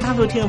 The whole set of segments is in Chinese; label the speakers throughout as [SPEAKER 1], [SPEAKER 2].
[SPEAKER 1] 大陆听众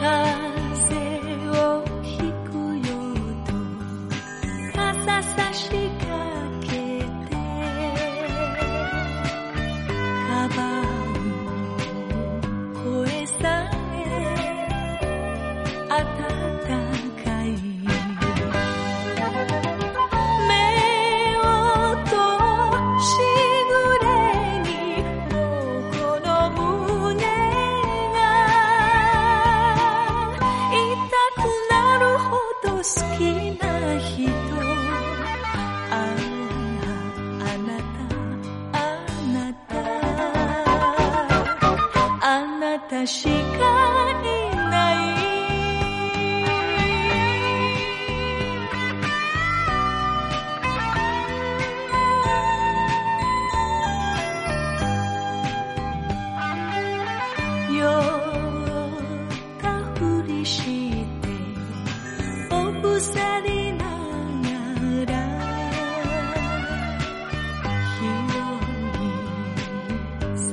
[SPEAKER 2] 風を引くよと
[SPEAKER 3] いない夜が降りしておぶさりながら広い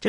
[SPEAKER 1] 这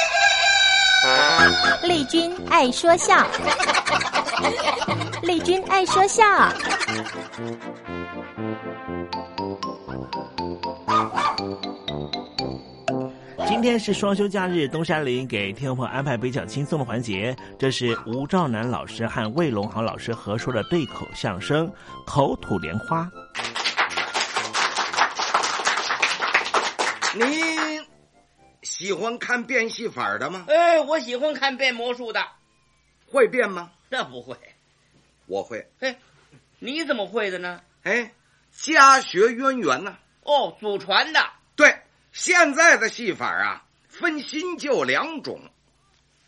[SPEAKER 4] 丽君爱说笑，丽君爱说笑。
[SPEAKER 1] 今天是双休假日，东山林给听众朋友安排比较轻松的环节。这是吴兆南老师和魏龙豪老师合说的对口相声《口吐莲花》。
[SPEAKER 5] 您喜欢看变戏法的吗？
[SPEAKER 6] 哎，我喜欢看变魔术的，
[SPEAKER 5] 会变吗？
[SPEAKER 6] 那不会。
[SPEAKER 5] 我会。
[SPEAKER 6] 哎，你怎么会的呢？
[SPEAKER 5] 哎，家学渊源呐、
[SPEAKER 6] 哦，祖传的。
[SPEAKER 5] 对，现在的戏法啊，分新旧两种。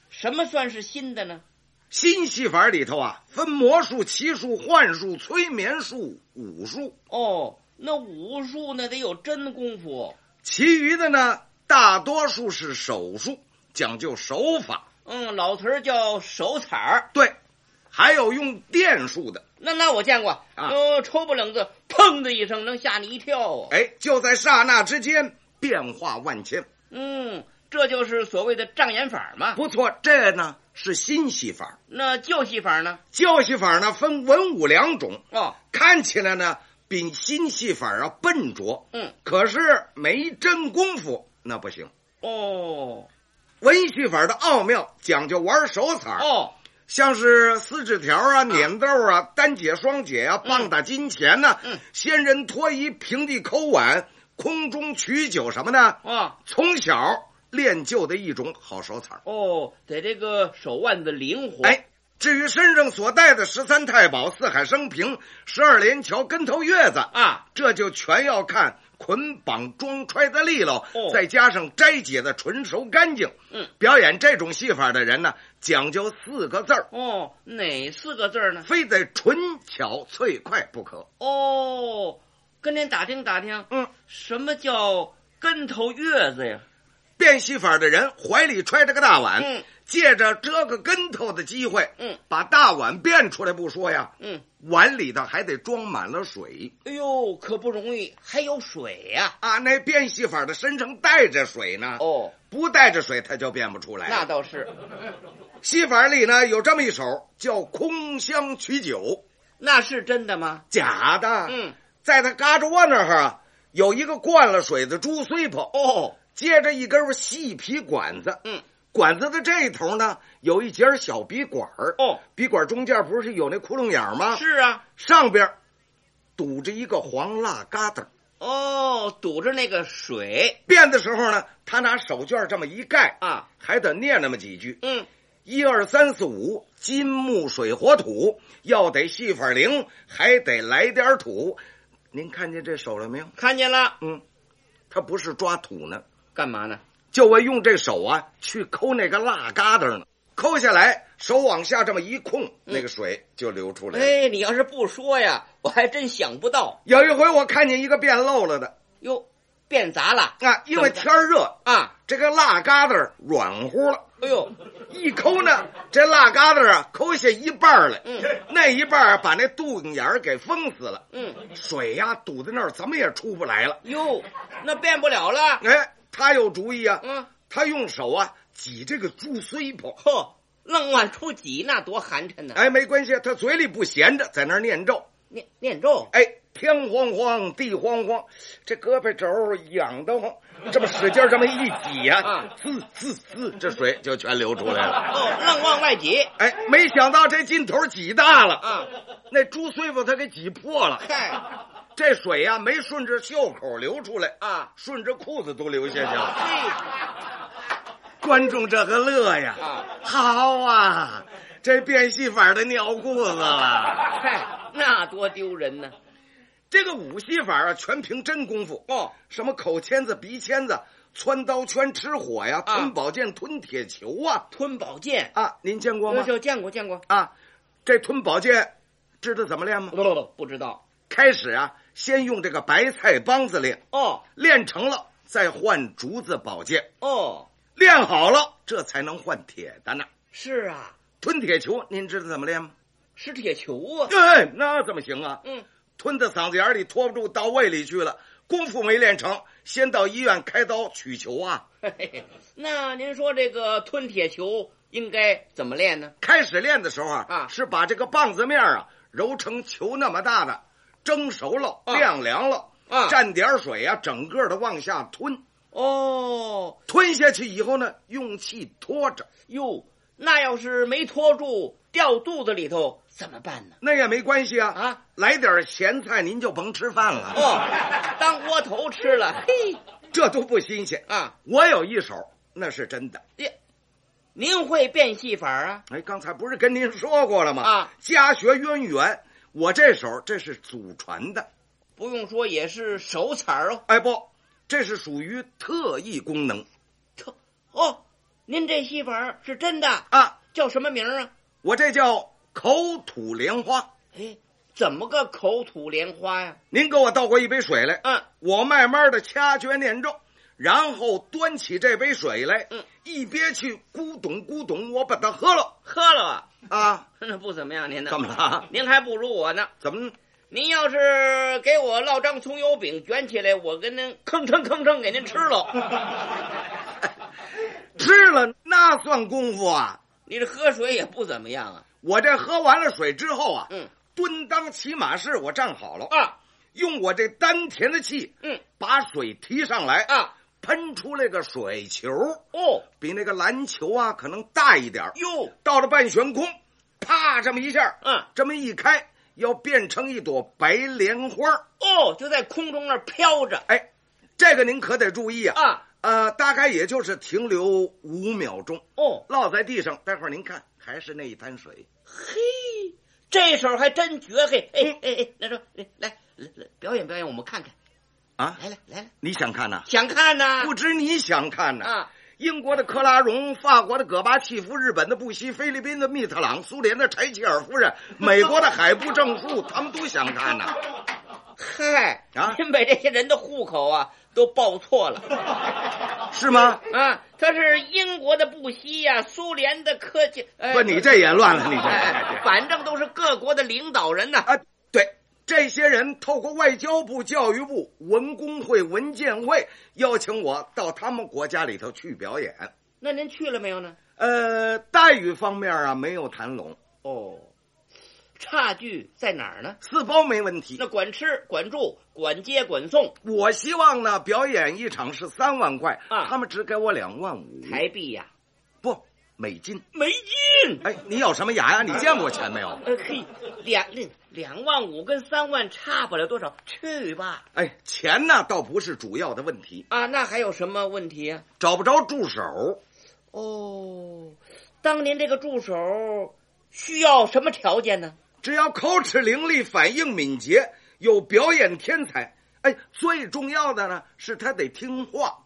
[SPEAKER 6] 什么算是新的呢？
[SPEAKER 5] 新戏法里头啊，分魔术、奇术、幻术、催眠术、武术，
[SPEAKER 6] 哦，那武术那得有真功夫。
[SPEAKER 5] 其余的呢，大多数是手术，讲究手法。
[SPEAKER 4] 嗯，老词儿叫手彩儿。
[SPEAKER 3] 对，还有用电术的。
[SPEAKER 4] 那那我见过，
[SPEAKER 3] 啊
[SPEAKER 4] 呃，抽不冷子，砰的一声，能吓你一跳啊！
[SPEAKER 3] 哎，就在刹那之间，变化万千。
[SPEAKER 4] 嗯，这就是所谓的障眼法嘛。
[SPEAKER 3] 不错，这呢是新戏法。
[SPEAKER 4] 那旧戏法呢？
[SPEAKER 3] 旧戏法呢分文武两种，
[SPEAKER 4] 哦，
[SPEAKER 3] 看起来呢比新戏法啊笨拙，
[SPEAKER 4] 嗯，
[SPEAKER 3] 可是没真功夫那不行。
[SPEAKER 4] 哦，
[SPEAKER 3] 文戏法的奥妙讲究玩手彩儿，
[SPEAKER 4] 哦，嗯
[SPEAKER 3] 像是撕纸条啊、捻豆啊、单解、双解啊、棒打金钱呐、
[SPEAKER 4] 嗯
[SPEAKER 3] 仙人脱衣、平地抠碗、空中取酒什么的，
[SPEAKER 4] 啊，
[SPEAKER 3] 从小练就的一种好手彩儿。
[SPEAKER 4] 哦，得这个手腕子灵活。
[SPEAKER 3] 哎，至于身上所带的十三太保、四海升平、十二连桥、跟头月子
[SPEAKER 4] 啊，
[SPEAKER 3] 这就全要看捆绑装揣的利落，
[SPEAKER 4] 哦
[SPEAKER 3] 再加上斋解的纯熟干净。
[SPEAKER 4] 嗯，
[SPEAKER 3] 表演这种戏法的人呢，讲究四个字儿，
[SPEAKER 4] 哦，哪四个字儿呢？
[SPEAKER 3] 非得纯巧脆快不可。
[SPEAKER 4] 哦，跟您打听打听，
[SPEAKER 3] 嗯，
[SPEAKER 4] 什么叫跟头月子呀？
[SPEAKER 3] 变戏法的人怀里揣着个大碗，
[SPEAKER 4] 嗯
[SPEAKER 3] 借着折个跟头的机会，
[SPEAKER 4] 嗯，
[SPEAKER 3] 把大碗变出来不说呀，
[SPEAKER 4] 嗯，
[SPEAKER 3] 碗里头还得装满了水。
[SPEAKER 4] 哎呦，可不容易，还有水呀、
[SPEAKER 3] 啊，那变戏法的身上带着水呢，
[SPEAKER 4] 哦，
[SPEAKER 3] 不带着水它就变不出来。
[SPEAKER 4] 那倒是，
[SPEAKER 3] 戏法里呢有这么一首叫《空箱取酒
[SPEAKER 4] 那是真的吗》，？
[SPEAKER 3] 假的。
[SPEAKER 4] 嗯，
[SPEAKER 3] 在他嘎吱窝那儿啊，有一个灌了水的猪碎泡，
[SPEAKER 4] 哦，
[SPEAKER 3] 接着一根细皮管子，
[SPEAKER 4] 嗯，
[SPEAKER 3] 管子的这头呢有一节小笔管儿，
[SPEAKER 4] 哦，
[SPEAKER 3] 笔管中间不是有那窟窿眼儿吗？
[SPEAKER 4] 是啊，
[SPEAKER 3] 上边儿堵着一个黄蜡疙瘩儿。
[SPEAKER 4] 哦，堵着那个水
[SPEAKER 3] 变的时候呢，他拿手绢这么一盖，
[SPEAKER 4] 啊，
[SPEAKER 3] 还得念那么几句。
[SPEAKER 4] 嗯，
[SPEAKER 3] 一二三四五，金木水火土，要得戏法灵，还得来点土。您看见这手了没有？
[SPEAKER 4] 看见了，
[SPEAKER 3] 嗯，他不是抓土呢，
[SPEAKER 4] 干嘛呢？
[SPEAKER 3] 就为用这手啊去抠那个蜡疙瘩呢。抠下来，手往下这么一控，那个水就流出来
[SPEAKER 4] 嗯
[SPEAKER 3] 了。
[SPEAKER 4] 哎，你要是不说呀，我还真想不到
[SPEAKER 3] 有一回我看见一个变漏了的
[SPEAKER 4] 哟，变砸了
[SPEAKER 3] 啊，因为天儿热，
[SPEAKER 4] 啊！
[SPEAKER 3] 这个蜡疙瘩软乎了。
[SPEAKER 4] 哎呦，
[SPEAKER 3] 一抠呢，这蜡疙瘩啊，抠下一半儿来，
[SPEAKER 4] 嗯
[SPEAKER 3] 那一半儿把那肚子眼儿给封死了，
[SPEAKER 4] 嗯，
[SPEAKER 3] 水呀、堵在那儿，怎么也出不来了。
[SPEAKER 4] 哟，那变不了了，
[SPEAKER 3] 哎，他有主意啊，
[SPEAKER 4] 嗯，
[SPEAKER 3] 他用手啊挤这个猪碎泡，
[SPEAKER 4] 嚯，愣往出挤，那多寒碜呢！
[SPEAKER 3] 哎，没关系，他嘴里不闲着，在那儿念咒，
[SPEAKER 4] 念念咒，
[SPEAKER 3] 哎，天慌慌，地慌慌，这胳膊肘儿痒得慌，这么使劲儿这么一挤呀、
[SPEAKER 4] 啊
[SPEAKER 3] 滋滋滋，这水就全流出来了。
[SPEAKER 4] 哦，愣往外挤，
[SPEAKER 3] 哎，没想到这劲头儿挤大了
[SPEAKER 4] 啊！
[SPEAKER 3] 那猪碎泡它给挤破了，
[SPEAKER 4] 嗨，
[SPEAKER 3] 这水呀、没顺着袖口流出来
[SPEAKER 4] 啊
[SPEAKER 3] 顺着裤子都流下去了。
[SPEAKER 4] 嘿，
[SPEAKER 3] 观众这个乐呀，
[SPEAKER 4] 啊
[SPEAKER 3] 好啊，这变戏法的尿裤子了。
[SPEAKER 4] 嗨，那多丢人呢！
[SPEAKER 3] 这个武戏法啊，全凭真功夫
[SPEAKER 4] 哦，
[SPEAKER 3] 什么口签子、鼻签子、穿刀圈、吃火呀，
[SPEAKER 4] 啊
[SPEAKER 3] 吞宝剑、吞铁球啊
[SPEAKER 4] 吞宝剑，
[SPEAKER 3] 啊，您见过
[SPEAKER 4] 我
[SPEAKER 3] 吗？
[SPEAKER 4] 就见过见过，
[SPEAKER 3] 啊，这吞宝剑知道怎么练吗？
[SPEAKER 4] 不不不，不知道
[SPEAKER 3] 开始啊，先用这个白菜帮子练，
[SPEAKER 4] 哦
[SPEAKER 3] 练成了再换竹子宝剑。
[SPEAKER 4] 哦，
[SPEAKER 3] 练好了，这才能换铁的呢。
[SPEAKER 4] 是啊，
[SPEAKER 3] 吞铁球，您知道怎么练吗？
[SPEAKER 4] 是铁球啊，
[SPEAKER 3] 哎，那怎么行啊？
[SPEAKER 4] 嗯，
[SPEAKER 3] 吞到嗓子眼里，拖不住，到胃里去了，功夫没练成，先到医院开刀取球啊！
[SPEAKER 4] 嘿嘿那您说这个吞铁球应该怎么练呢？
[SPEAKER 3] 开始练的时候啊，
[SPEAKER 4] 啊
[SPEAKER 3] 是把这个棒子面啊揉成球那么大的，蒸熟了，
[SPEAKER 4] 啊
[SPEAKER 3] 晾凉了，
[SPEAKER 4] 啊
[SPEAKER 3] 蘸点水啊，整个的往下吞，
[SPEAKER 4] 哦
[SPEAKER 3] 吞下去以后呢，用气拖着，
[SPEAKER 4] 哟，那要是没拖住掉肚子里头怎么办呢？
[SPEAKER 3] 那也没关系啊
[SPEAKER 4] 啊！
[SPEAKER 3] 来点咸菜，您就甭吃饭了。
[SPEAKER 4] 哦，当窝头吃 了，嘿
[SPEAKER 3] 这都不新鲜
[SPEAKER 4] 啊！
[SPEAKER 3] 我有一手，那是真的。
[SPEAKER 4] 您会变戏法啊？
[SPEAKER 3] 哎，刚才不是跟您说过了吗？
[SPEAKER 4] 啊，
[SPEAKER 3] 家学渊源，我这手这是祖传的。
[SPEAKER 4] 不用说也是手彩儿哦。
[SPEAKER 3] 哎不，这是属于特异功能
[SPEAKER 4] 特哦，您这戏法儿是真的，
[SPEAKER 3] 啊！
[SPEAKER 4] 叫什么名儿啊？
[SPEAKER 3] 我这叫口吐莲花。
[SPEAKER 4] 哎，怎么个口吐莲花呀、
[SPEAKER 3] 您给我倒过一杯水来，
[SPEAKER 4] 嗯，
[SPEAKER 3] 我慢慢的掐诀念咒，然后端起这杯水来，一憋气，咕咚咕咚，我把它喝了。
[SPEAKER 4] 喝了
[SPEAKER 3] 吧？啊，
[SPEAKER 4] 那不怎么样，您呢？
[SPEAKER 3] 怎么了？
[SPEAKER 4] 您还不如我呢。
[SPEAKER 3] 怎么？
[SPEAKER 4] 您要是给我烙张葱油饼卷起来，我跟您吭哧吭哧给您吃 了。
[SPEAKER 3] 吃了那算功夫啊！
[SPEAKER 4] 你这喝水也不怎么样啊。
[SPEAKER 3] 我这喝完了水之后啊，
[SPEAKER 4] 嗯，
[SPEAKER 3] 蹲裆骑马式，我站好了
[SPEAKER 4] 啊，
[SPEAKER 3] 用我这丹田的气，
[SPEAKER 4] 嗯，
[SPEAKER 3] 把水提上来
[SPEAKER 4] 啊，
[SPEAKER 3] 喷出来个水球，
[SPEAKER 4] 哦，
[SPEAKER 3] 比那个篮球啊可能大一点儿
[SPEAKER 4] 哟，
[SPEAKER 3] 到了半悬空，啪这么一下，
[SPEAKER 4] 嗯，
[SPEAKER 3] 这么一开，要变成一朵白莲花儿。
[SPEAKER 4] 哦，就在空中那儿飘着。
[SPEAKER 3] 哎，这个您可得注意啊！
[SPEAKER 4] 啊，
[SPEAKER 3] 呃，大概也就是停留五秒钟，
[SPEAKER 4] 哦，
[SPEAKER 3] 落在地上。待会儿您看，还是那一滩水。
[SPEAKER 4] 嘿，这手还真绝嘿！哎哎哎，那说来来来表演表演，我们看看。
[SPEAKER 3] 啊
[SPEAKER 4] 来来来来，
[SPEAKER 3] 你想看呐、
[SPEAKER 4] 想看呐？
[SPEAKER 3] 不止你想看呐、
[SPEAKER 4] 啊，
[SPEAKER 3] 英国的克拉荣，法国的戈巴契夫，日本的布希，菲律宾的密特朗，苏联的柴契尔夫人，美国的海部正副，他们都想看呐、
[SPEAKER 4] 嗨
[SPEAKER 3] 啊
[SPEAKER 4] 您把这些人的户口啊都报错了
[SPEAKER 3] 是吗？
[SPEAKER 4] 啊！他是英国的布希呀、苏联的科技，哎
[SPEAKER 3] 不，你这也乱了，你这。
[SPEAKER 4] 哎反正都是各国的领导人呐、
[SPEAKER 3] 啊，对，这些人透过外交部、教育部、文工会、文建会邀请我到他们国家里头去表演。
[SPEAKER 4] 那您去了没有呢？
[SPEAKER 3] 呃，待遇方面啊，没有谈拢，
[SPEAKER 4] 哦，差距在哪儿呢？
[SPEAKER 3] 四包没问题
[SPEAKER 4] 那。管吃、管住、管接、管送，
[SPEAKER 3] 我希望呢，表演一场是三万块，
[SPEAKER 4] 啊
[SPEAKER 3] 他们只给我两万五，
[SPEAKER 4] 台币呀、
[SPEAKER 3] 不美金。
[SPEAKER 4] 没劲。
[SPEAKER 3] 哎，你咬什么牙呀、你见过钱没有？
[SPEAKER 4] 呃，嘿，两那两万五跟三万差不了多少，去吧。
[SPEAKER 3] 哎，钱呢倒不是主要的问题，
[SPEAKER 4] 啊，那还有什么问题啊？
[SPEAKER 3] 找不着助手。
[SPEAKER 4] 哦，当您这个助手需要什么条件呢？
[SPEAKER 3] 只要口齿伶俐、反应敏捷，有表演天才。哎，最重要的呢是他得听话。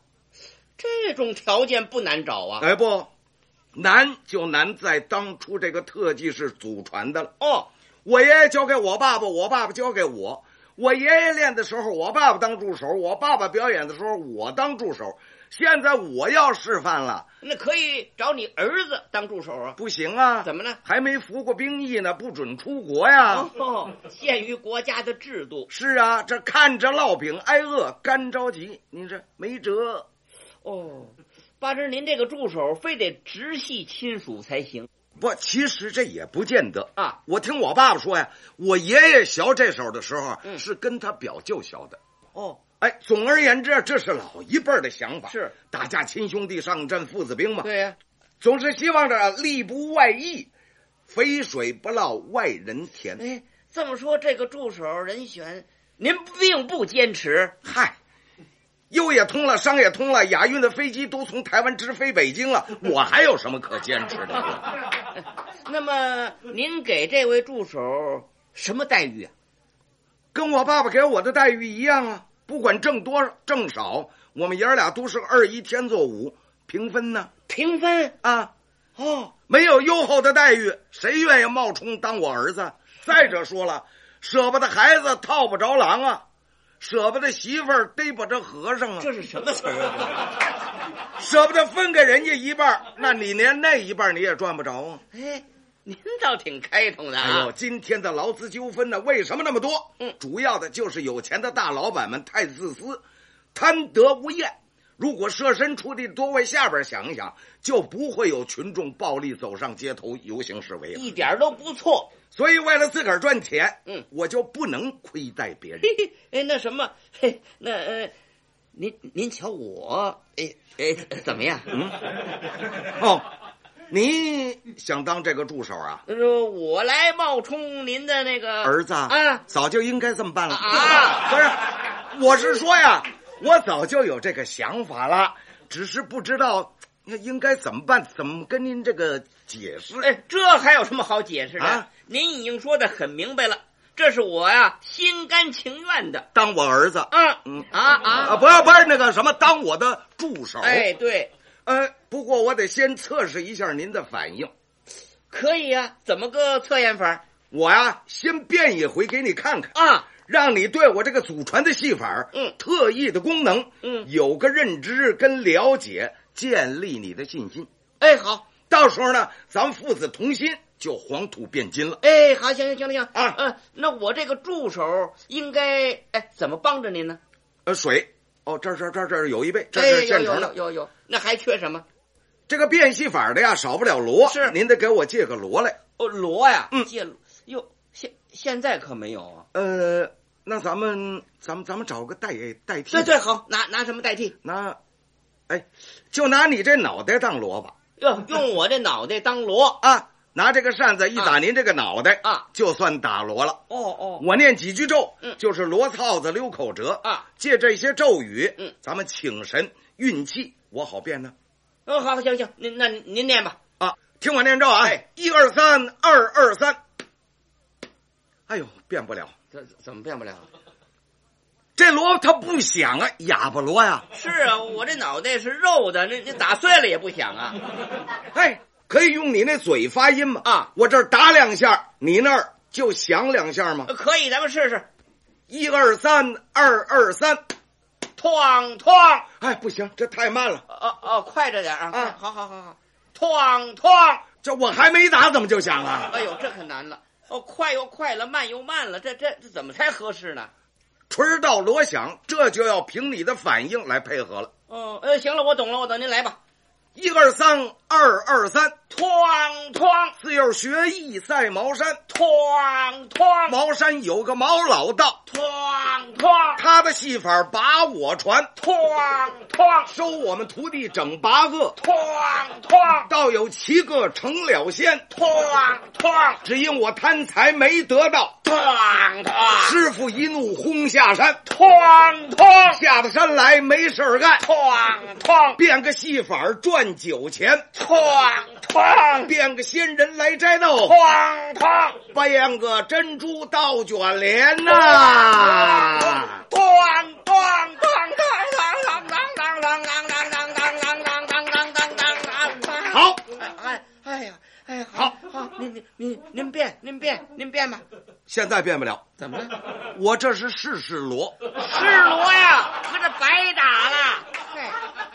[SPEAKER 4] 这种条件不难找啊。
[SPEAKER 3] 哎，不难就难在当初这个特技是祖传的了。
[SPEAKER 4] 哦，
[SPEAKER 3] 我爷爷教给我爸爸，我爸爸教给我。我爷爷练的时候，我爸爸当助手；我爸爸表演的时候，我当助手。现在我要示范了，
[SPEAKER 4] 那可以找你儿子当助手啊。
[SPEAKER 3] 不行啊！
[SPEAKER 4] 怎么呢
[SPEAKER 3] 还没服过兵役呢，不准出国呀！
[SPEAKER 4] 哦，限于国家的制度。
[SPEAKER 3] 是啊，这看着烙饼挨饿，干着急，您这没辙。
[SPEAKER 4] 哦，八珍，您这个助手非得直系亲属才行
[SPEAKER 3] 不，其实这也不见得
[SPEAKER 4] 啊。
[SPEAKER 3] 我听我爸爸说呀，我爷爷学这手的时候、啊
[SPEAKER 4] 嗯
[SPEAKER 3] 是跟他表舅学的。
[SPEAKER 4] 哦。
[SPEAKER 3] 哎，总而言之啊，这是老一辈儿的想法，
[SPEAKER 4] 是
[SPEAKER 3] 打架亲兄弟上阵父子兵嘛。
[SPEAKER 4] 对呀、
[SPEAKER 3] 总是希望着力不外溢，肥水不落外人田。
[SPEAKER 4] 哎，这么说，这个助手人选您并不坚持。
[SPEAKER 3] 嗨，优也通了，商也通了，亚运的飞机都从台湾直飞北京了，我还有什么可坚持的？
[SPEAKER 4] 那么您给这位助手什么待遇啊？
[SPEAKER 3] 跟我爸爸给我的待遇一样啊，不管挣多少挣少，我们爷儿俩都是二一天作五，平分呢
[SPEAKER 4] 评分
[SPEAKER 3] 啊，
[SPEAKER 4] 哦，
[SPEAKER 3] 没有优厚的待遇，谁愿意冒充当我儿子？再者说了，舍不得孩子套不着狼啊，舍不得媳妇儿逮不着和尚啊，
[SPEAKER 4] 这是什么词儿啊？
[SPEAKER 3] 舍不得分给人家一半儿，那你连那一半儿你也赚不着啊。
[SPEAKER 4] 哎，您倒挺开通的
[SPEAKER 3] 哎
[SPEAKER 4] 啊
[SPEAKER 3] 呦，！今天的劳资纠纷呢，为什么那么多？
[SPEAKER 4] 嗯
[SPEAKER 3] 主要的就是有钱的大老板们太自私，贪得无厌。如果设身处地多为下边想一想，就不会有群众暴力走上街头游行示威了。啊
[SPEAKER 4] 一点儿都不错。
[SPEAKER 3] 所以，为了自个儿赚钱，
[SPEAKER 4] 嗯
[SPEAKER 3] 我就不能亏待别人。
[SPEAKER 4] 嘿嘿，哎，那什么，嘿，那呃，您您瞧我，哎哎，怎么样？嗯，
[SPEAKER 3] 哦，你想当这个助手啊？
[SPEAKER 4] 呃说我来冒充您的那个
[SPEAKER 3] 儿子
[SPEAKER 4] 啊，
[SPEAKER 3] 早就应该这么办了
[SPEAKER 4] 啊
[SPEAKER 3] 不是，我是说呀，我早就有这个想法了，只是不知道那应该怎么办，怎么跟您这个解释。
[SPEAKER 4] 哎，这还有什么好解释的？
[SPEAKER 3] 啊
[SPEAKER 4] 您已经说的很明白了，这是我呀、心甘情愿的。
[SPEAKER 3] 当我儿子
[SPEAKER 4] 啊
[SPEAKER 3] 嗯
[SPEAKER 4] 啊啊！
[SPEAKER 3] 不要不是那个什么，当我的助手。
[SPEAKER 4] 哎，，对，
[SPEAKER 3] 呃，不过我得先测试一下您的反应。
[SPEAKER 4] 可以呀、怎么个测验法
[SPEAKER 3] 我呀，先变一回给你看看，
[SPEAKER 4] 啊？
[SPEAKER 1] 让你对我这个祖传的戏法，嗯，特异的功能，嗯，有个认知跟了解，建立你的信心。
[SPEAKER 3] 哎，好，
[SPEAKER 1] 到时候呢，咱们父子同心，就黄土变金了。
[SPEAKER 3] 哎，好，行行行行啊，嗯、呃，那我这个助手应该哎怎么帮着您呢？
[SPEAKER 1] 呃，水，哦，这儿这儿这儿这儿有一杯，这是现成的，
[SPEAKER 3] 哎、有有有，那还缺什么？
[SPEAKER 1] 这个变戏法的呀，少不了锣，
[SPEAKER 3] 是
[SPEAKER 1] 您得给我借个锣来。
[SPEAKER 3] 哦，锣呀，嗯，借哟，现现在可没有啊。
[SPEAKER 1] 呃，那咱们咱们咱们找个代代替。
[SPEAKER 3] 对对，好，拿拿什么代替？
[SPEAKER 1] 拿，哎，就拿你这脑袋当锣吧。
[SPEAKER 3] 哟，用我这脑袋当锣
[SPEAKER 1] 啊！拿这个扇子一打您这个脑袋
[SPEAKER 3] 啊，
[SPEAKER 1] 就算打锣了。
[SPEAKER 3] 哦哦，
[SPEAKER 1] 我念几句咒，
[SPEAKER 3] 嗯，
[SPEAKER 1] 就是罗套子溜口折
[SPEAKER 3] 啊。
[SPEAKER 1] 借这些咒语，
[SPEAKER 3] 嗯，
[SPEAKER 1] 咱们请神运气，我好变呢。
[SPEAKER 3] 哦，好，行行，您那您念吧。哎
[SPEAKER 1] 啊，听我念咒啊！一二三，二二三。哎呦，变不了。
[SPEAKER 3] 这怎么变不了？
[SPEAKER 1] 这锣它不响啊，哑巴锣呀、
[SPEAKER 3] 啊。是啊，我这脑袋是肉的，那那打碎了也不响啊。
[SPEAKER 1] 哎，可以用你那嘴发音吗？
[SPEAKER 3] 啊，
[SPEAKER 1] 我这儿打两下，你那儿就响两下吗？
[SPEAKER 3] 可以，咱们试试。
[SPEAKER 1] 一二三，二二三，
[SPEAKER 3] 哐哐。
[SPEAKER 1] 哎，不行，这太慢了。
[SPEAKER 3] 哦哦，快着点啊！
[SPEAKER 1] 啊，
[SPEAKER 3] 好好好好。哐哐，
[SPEAKER 1] 这我还没打，怎么就响了？
[SPEAKER 3] 哎呦，这可难了。哦，快又快了，慢又慢了，这这这怎么才合适呢？
[SPEAKER 1] 锤到锣响，这就要凭你的反应来配合了。
[SPEAKER 3] 哦，呃，行了，我懂了，我等您来吧。
[SPEAKER 1] 一二三，二二三，
[SPEAKER 3] 哐哐。
[SPEAKER 1] 自幼学艺在茅山，
[SPEAKER 3] 哐哐。
[SPEAKER 1] 茅山有个毛老道，
[SPEAKER 3] 哐哐。
[SPEAKER 1] 他的戏法把我传，
[SPEAKER 3] 哐哐。
[SPEAKER 1] 收我们徒弟整八个，
[SPEAKER 3] 哐哐。
[SPEAKER 1] 倒有七个成了仙，
[SPEAKER 3] 哐哐。
[SPEAKER 1] 只因我贪财没得到，
[SPEAKER 3] 哐哐。
[SPEAKER 1] 师傅一怒轰下山，
[SPEAKER 3] 哐哐。
[SPEAKER 1] 下到山来没事儿干，
[SPEAKER 3] 哐哐。
[SPEAKER 1] 变个戏法赚酒钱，
[SPEAKER 3] 哐哐。
[SPEAKER 1] 变个仙人来摘豆，
[SPEAKER 3] 哐哐。
[SPEAKER 1] 变个珍珠倒卷帘呐，
[SPEAKER 3] 哐哐哐哐哐哐哐哐哐。
[SPEAKER 1] 好，
[SPEAKER 3] 哎哎呀，哎呀，
[SPEAKER 1] 好，
[SPEAKER 3] 好，您您您您变，您变，您变吧。
[SPEAKER 1] 现在变不了，
[SPEAKER 3] 怎么了？
[SPEAKER 1] 我这是试试锣，
[SPEAKER 3] 试锣呀，可这白打了。哎，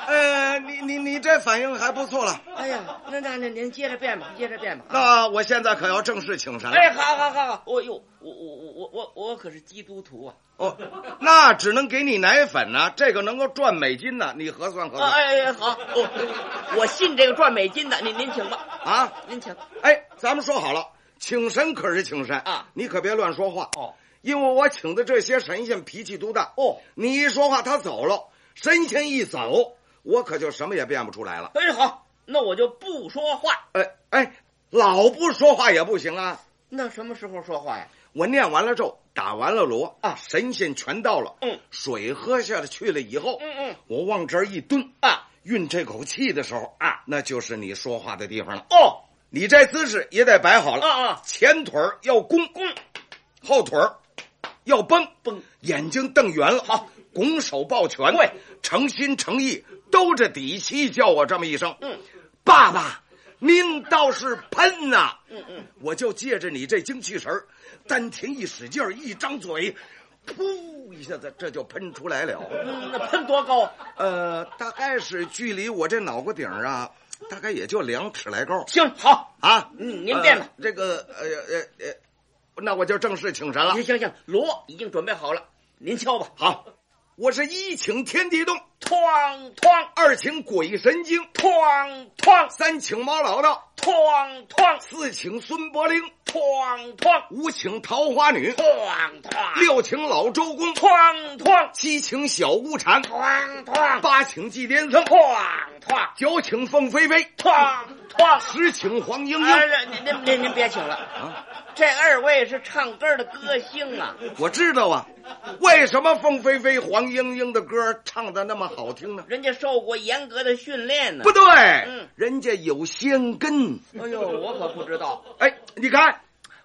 [SPEAKER 1] 呃，你你你这反应还不错了。
[SPEAKER 3] 哎呀，那那那您接着变吧，接着变吧。
[SPEAKER 1] 那我现在可要正式请神了。
[SPEAKER 3] 哎，好好好，我哟，我我我我我我可是基督徒啊。
[SPEAKER 1] 哦，那只能给你奶粉呢、啊，这个能够赚美金呢、啊，你核算核算。
[SPEAKER 3] 哎哎好，我、哦、我信这个赚美金的，您您请吧。
[SPEAKER 1] 啊，
[SPEAKER 3] 您请。
[SPEAKER 1] 哎，咱们说好了，请神可是请神
[SPEAKER 3] 啊，
[SPEAKER 1] 你可别乱说话
[SPEAKER 3] 哦，
[SPEAKER 1] 因为我请的这些神仙脾气都大
[SPEAKER 3] 哦，
[SPEAKER 1] 你一说话他走了，神仙一走，我可就什么也变不出来了。
[SPEAKER 3] 哎，好，那我就不说话。
[SPEAKER 1] 哎哎，老不说话也不行啊。
[SPEAKER 3] 那什么时候说话呀？
[SPEAKER 1] 我念完了咒，打完了锣
[SPEAKER 3] 啊，
[SPEAKER 1] 神仙全到了。
[SPEAKER 3] 嗯，
[SPEAKER 1] 水喝下了去了以后，
[SPEAKER 3] 嗯嗯，
[SPEAKER 1] 我往这儿一蹲
[SPEAKER 3] 啊，
[SPEAKER 1] 运这口气的时候
[SPEAKER 3] 啊，
[SPEAKER 1] 那就是你说话的地方了。
[SPEAKER 3] 哦，
[SPEAKER 1] 你这姿势也得摆哎好了
[SPEAKER 3] 啊啊，
[SPEAKER 1] 前腿要弓
[SPEAKER 3] 弓，
[SPEAKER 1] 后腿要绷
[SPEAKER 3] 绷，
[SPEAKER 1] 眼睛瞪圆了，
[SPEAKER 3] 好，
[SPEAKER 1] 拱手抱拳，
[SPEAKER 3] 对，
[SPEAKER 1] 诚心诚意，兜着底气叫我这么一声，
[SPEAKER 3] 嗯，
[SPEAKER 1] 爸爸。您倒是喷呐、
[SPEAKER 3] 啊！嗯嗯，
[SPEAKER 1] 我就借着你这精气神儿，丹田一使劲儿，一张嘴，噗一下子这就喷出来了。
[SPEAKER 3] 嗯，那喷多高？
[SPEAKER 1] 呃，大概是距离我这脑瓜顶儿啊，大概也就两尺来高。
[SPEAKER 3] 行，好
[SPEAKER 1] 啊，
[SPEAKER 3] 嗯，您变吧、
[SPEAKER 1] 呃。这个呃呃呃，那我就正式请神了。
[SPEAKER 3] 行行行，锣已经准备好了，您敲吧。
[SPEAKER 1] 好。我是一请天地动，
[SPEAKER 3] 哐哐；
[SPEAKER 1] 二请鬼神惊，
[SPEAKER 3] 哐哐；
[SPEAKER 1] 三请猫老道，
[SPEAKER 3] 哐哐；
[SPEAKER 1] 四请孙伯龄，
[SPEAKER 3] 哐哐；
[SPEAKER 1] 五请桃花女，
[SPEAKER 3] 哐哐；
[SPEAKER 1] 六请老周公，
[SPEAKER 3] 哐哐；
[SPEAKER 1] 七请小乌蝉，
[SPEAKER 3] 哐哐；
[SPEAKER 1] 八请祭天僧，
[SPEAKER 3] 哐哐；
[SPEAKER 1] 九请凤飞飞，
[SPEAKER 3] 哐哐；
[SPEAKER 1] 十请黄莺莺。
[SPEAKER 3] 您您您您别请了
[SPEAKER 1] 啊！
[SPEAKER 3] 这二位是唱歌的歌星啊！
[SPEAKER 1] 我知道啊，为什么凤飞飞、黄莺莺的歌唱的那么好听呢？
[SPEAKER 3] 人家受过严格的训练呢、啊。
[SPEAKER 1] 不对，
[SPEAKER 3] 嗯，
[SPEAKER 1] 人家有仙根。
[SPEAKER 3] 哎呦，我可不知道。
[SPEAKER 1] 哎，你看，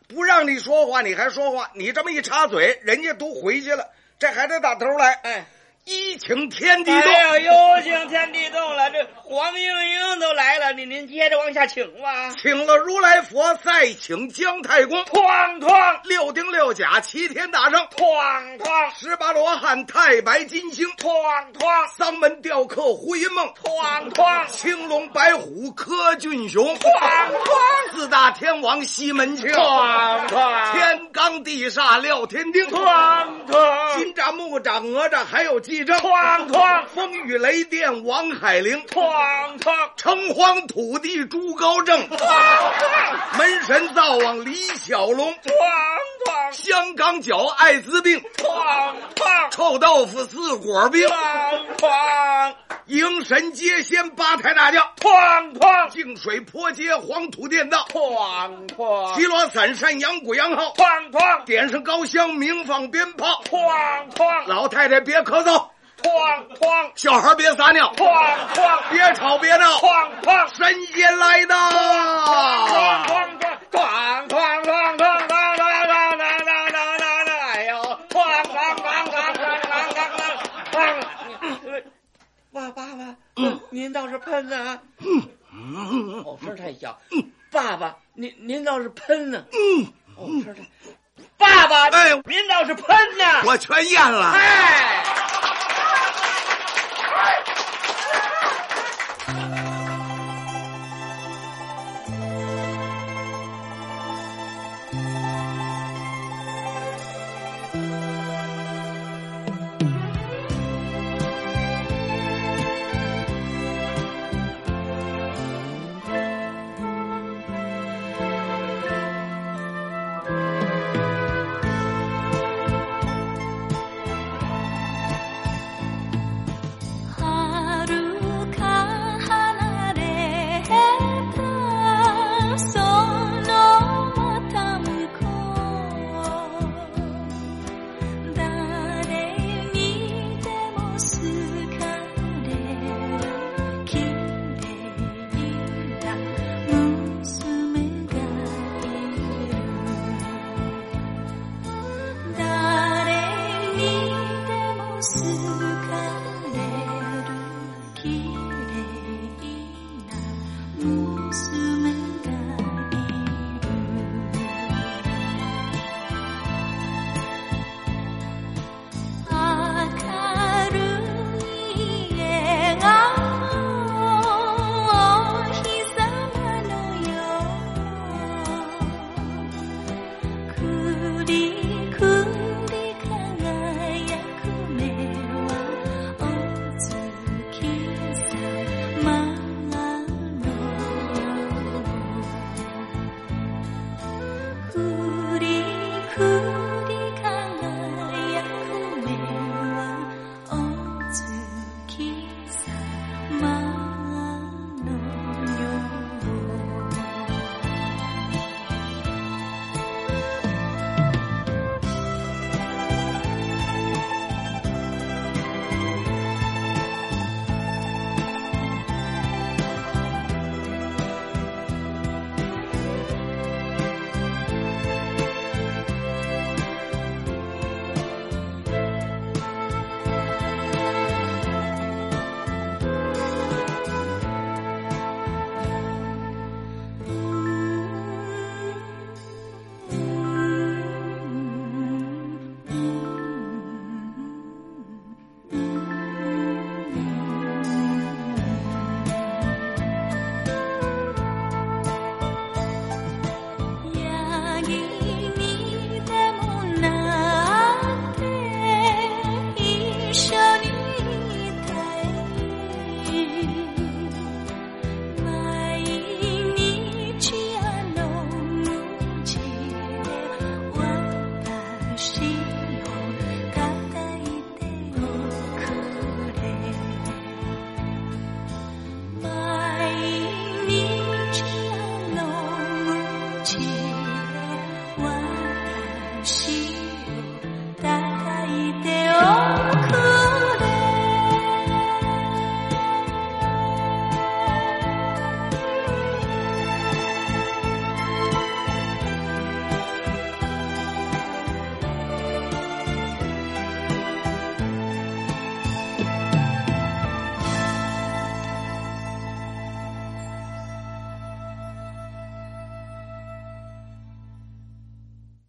[SPEAKER 1] 不让你说话，你还说话，你这么一插嘴，人家都回去了，这还得打头来。
[SPEAKER 3] 哎，
[SPEAKER 4] 一请天地动。
[SPEAKER 1] 哎呦，有请天地动了，这黄莺莺都来了，您您接着往下请吧。
[SPEAKER 4] 请了如来佛，再请姜太公，
[SPEAKER 1] 哐哐，
[SPEAKER 4] 六丁六甲齐天大圣，
[SPEAKER 1] 哐哐，
[SPEAKER 4] 十八罗汉太白金星，
[SPEAKER 1] 哐哐，
[SPEAKER 4] 丧门吊客胡因梦，
[SPEAKER 1] 哐哐，
[SPEAKER 4] 青龙白虎柯俊雄，
[SPEAKER 1] 哐哐，
[SPEAKER 4] 四大天王西门庆，
[SPEAKER 1] 哐哐，
[SPEAKER 4] 天罡地煞廖天丁，
[SPEAKER 1] 哐哐，
[SPEAKER 4] 金吒木吒哪吒还有纪政，
[SPEAKER 1] 哐哐，
[SPEAKER 4] 风雨雷电王海玲，
[SPEAKER 1] 哐哐，
[SPEAKER 4] 城隍土地朱高正，
[SPEAKER 1] 哐哐，
[SPEAKER 4] 门神灶王李小龙，
[SPEAKER 1] 哐哐，
[SPEAKER 4] 香港脚艾滋病，
[SPEAKER 1] 哐哐，
[SPEAKER 4] 臭豆腐四果冰，
[SPEAKER 1] 哐哐，
[SPEAKER 4] 迎神接仙八抬大轿，
[SPEAKER 1] 哐哐，
[SPEAKER 4] 净水坡街黄土店道，
[SPEAKER 1] 哐哐，
[SPEAKER 4] 提罗伞扇羊鼓羊号，
[SPEAKER 1] 哐哐，
[SPEAKER 4] 点上高香鸣放鞭炮，
[SPEAKER 1] 哐哐，
[SPEAKER 4] 老太太别咳嗽。
[SPEAKER 1] 哐哐，
[SPEAKER 4] 小孩别撒尿，
[SPEAKER 1] 哐哐，
[SPEAKER 4] 别吵别闹，
[SPEAKER 1] 哐哐，
[SPEAKER 4] 神仙来到，
[SPEAKER 1] 哐哐哐哐哐哐哐哐哐哐哐哐哐哐，哎呦，哐哐哐哐哐哐哐哐，哇爸爸，您倒是喷啊！哦，声太小，爸爸，您您倒是喷呢，哦，声太，爸爸，
[SPEAKER 4] 哎，
[SPEAKER 1] 您倒是喷呢，
[SPEAKER 4] 我全咽了，
[SPEAKER 1] 哎。
[SPEAKER 3] 毎日あのうち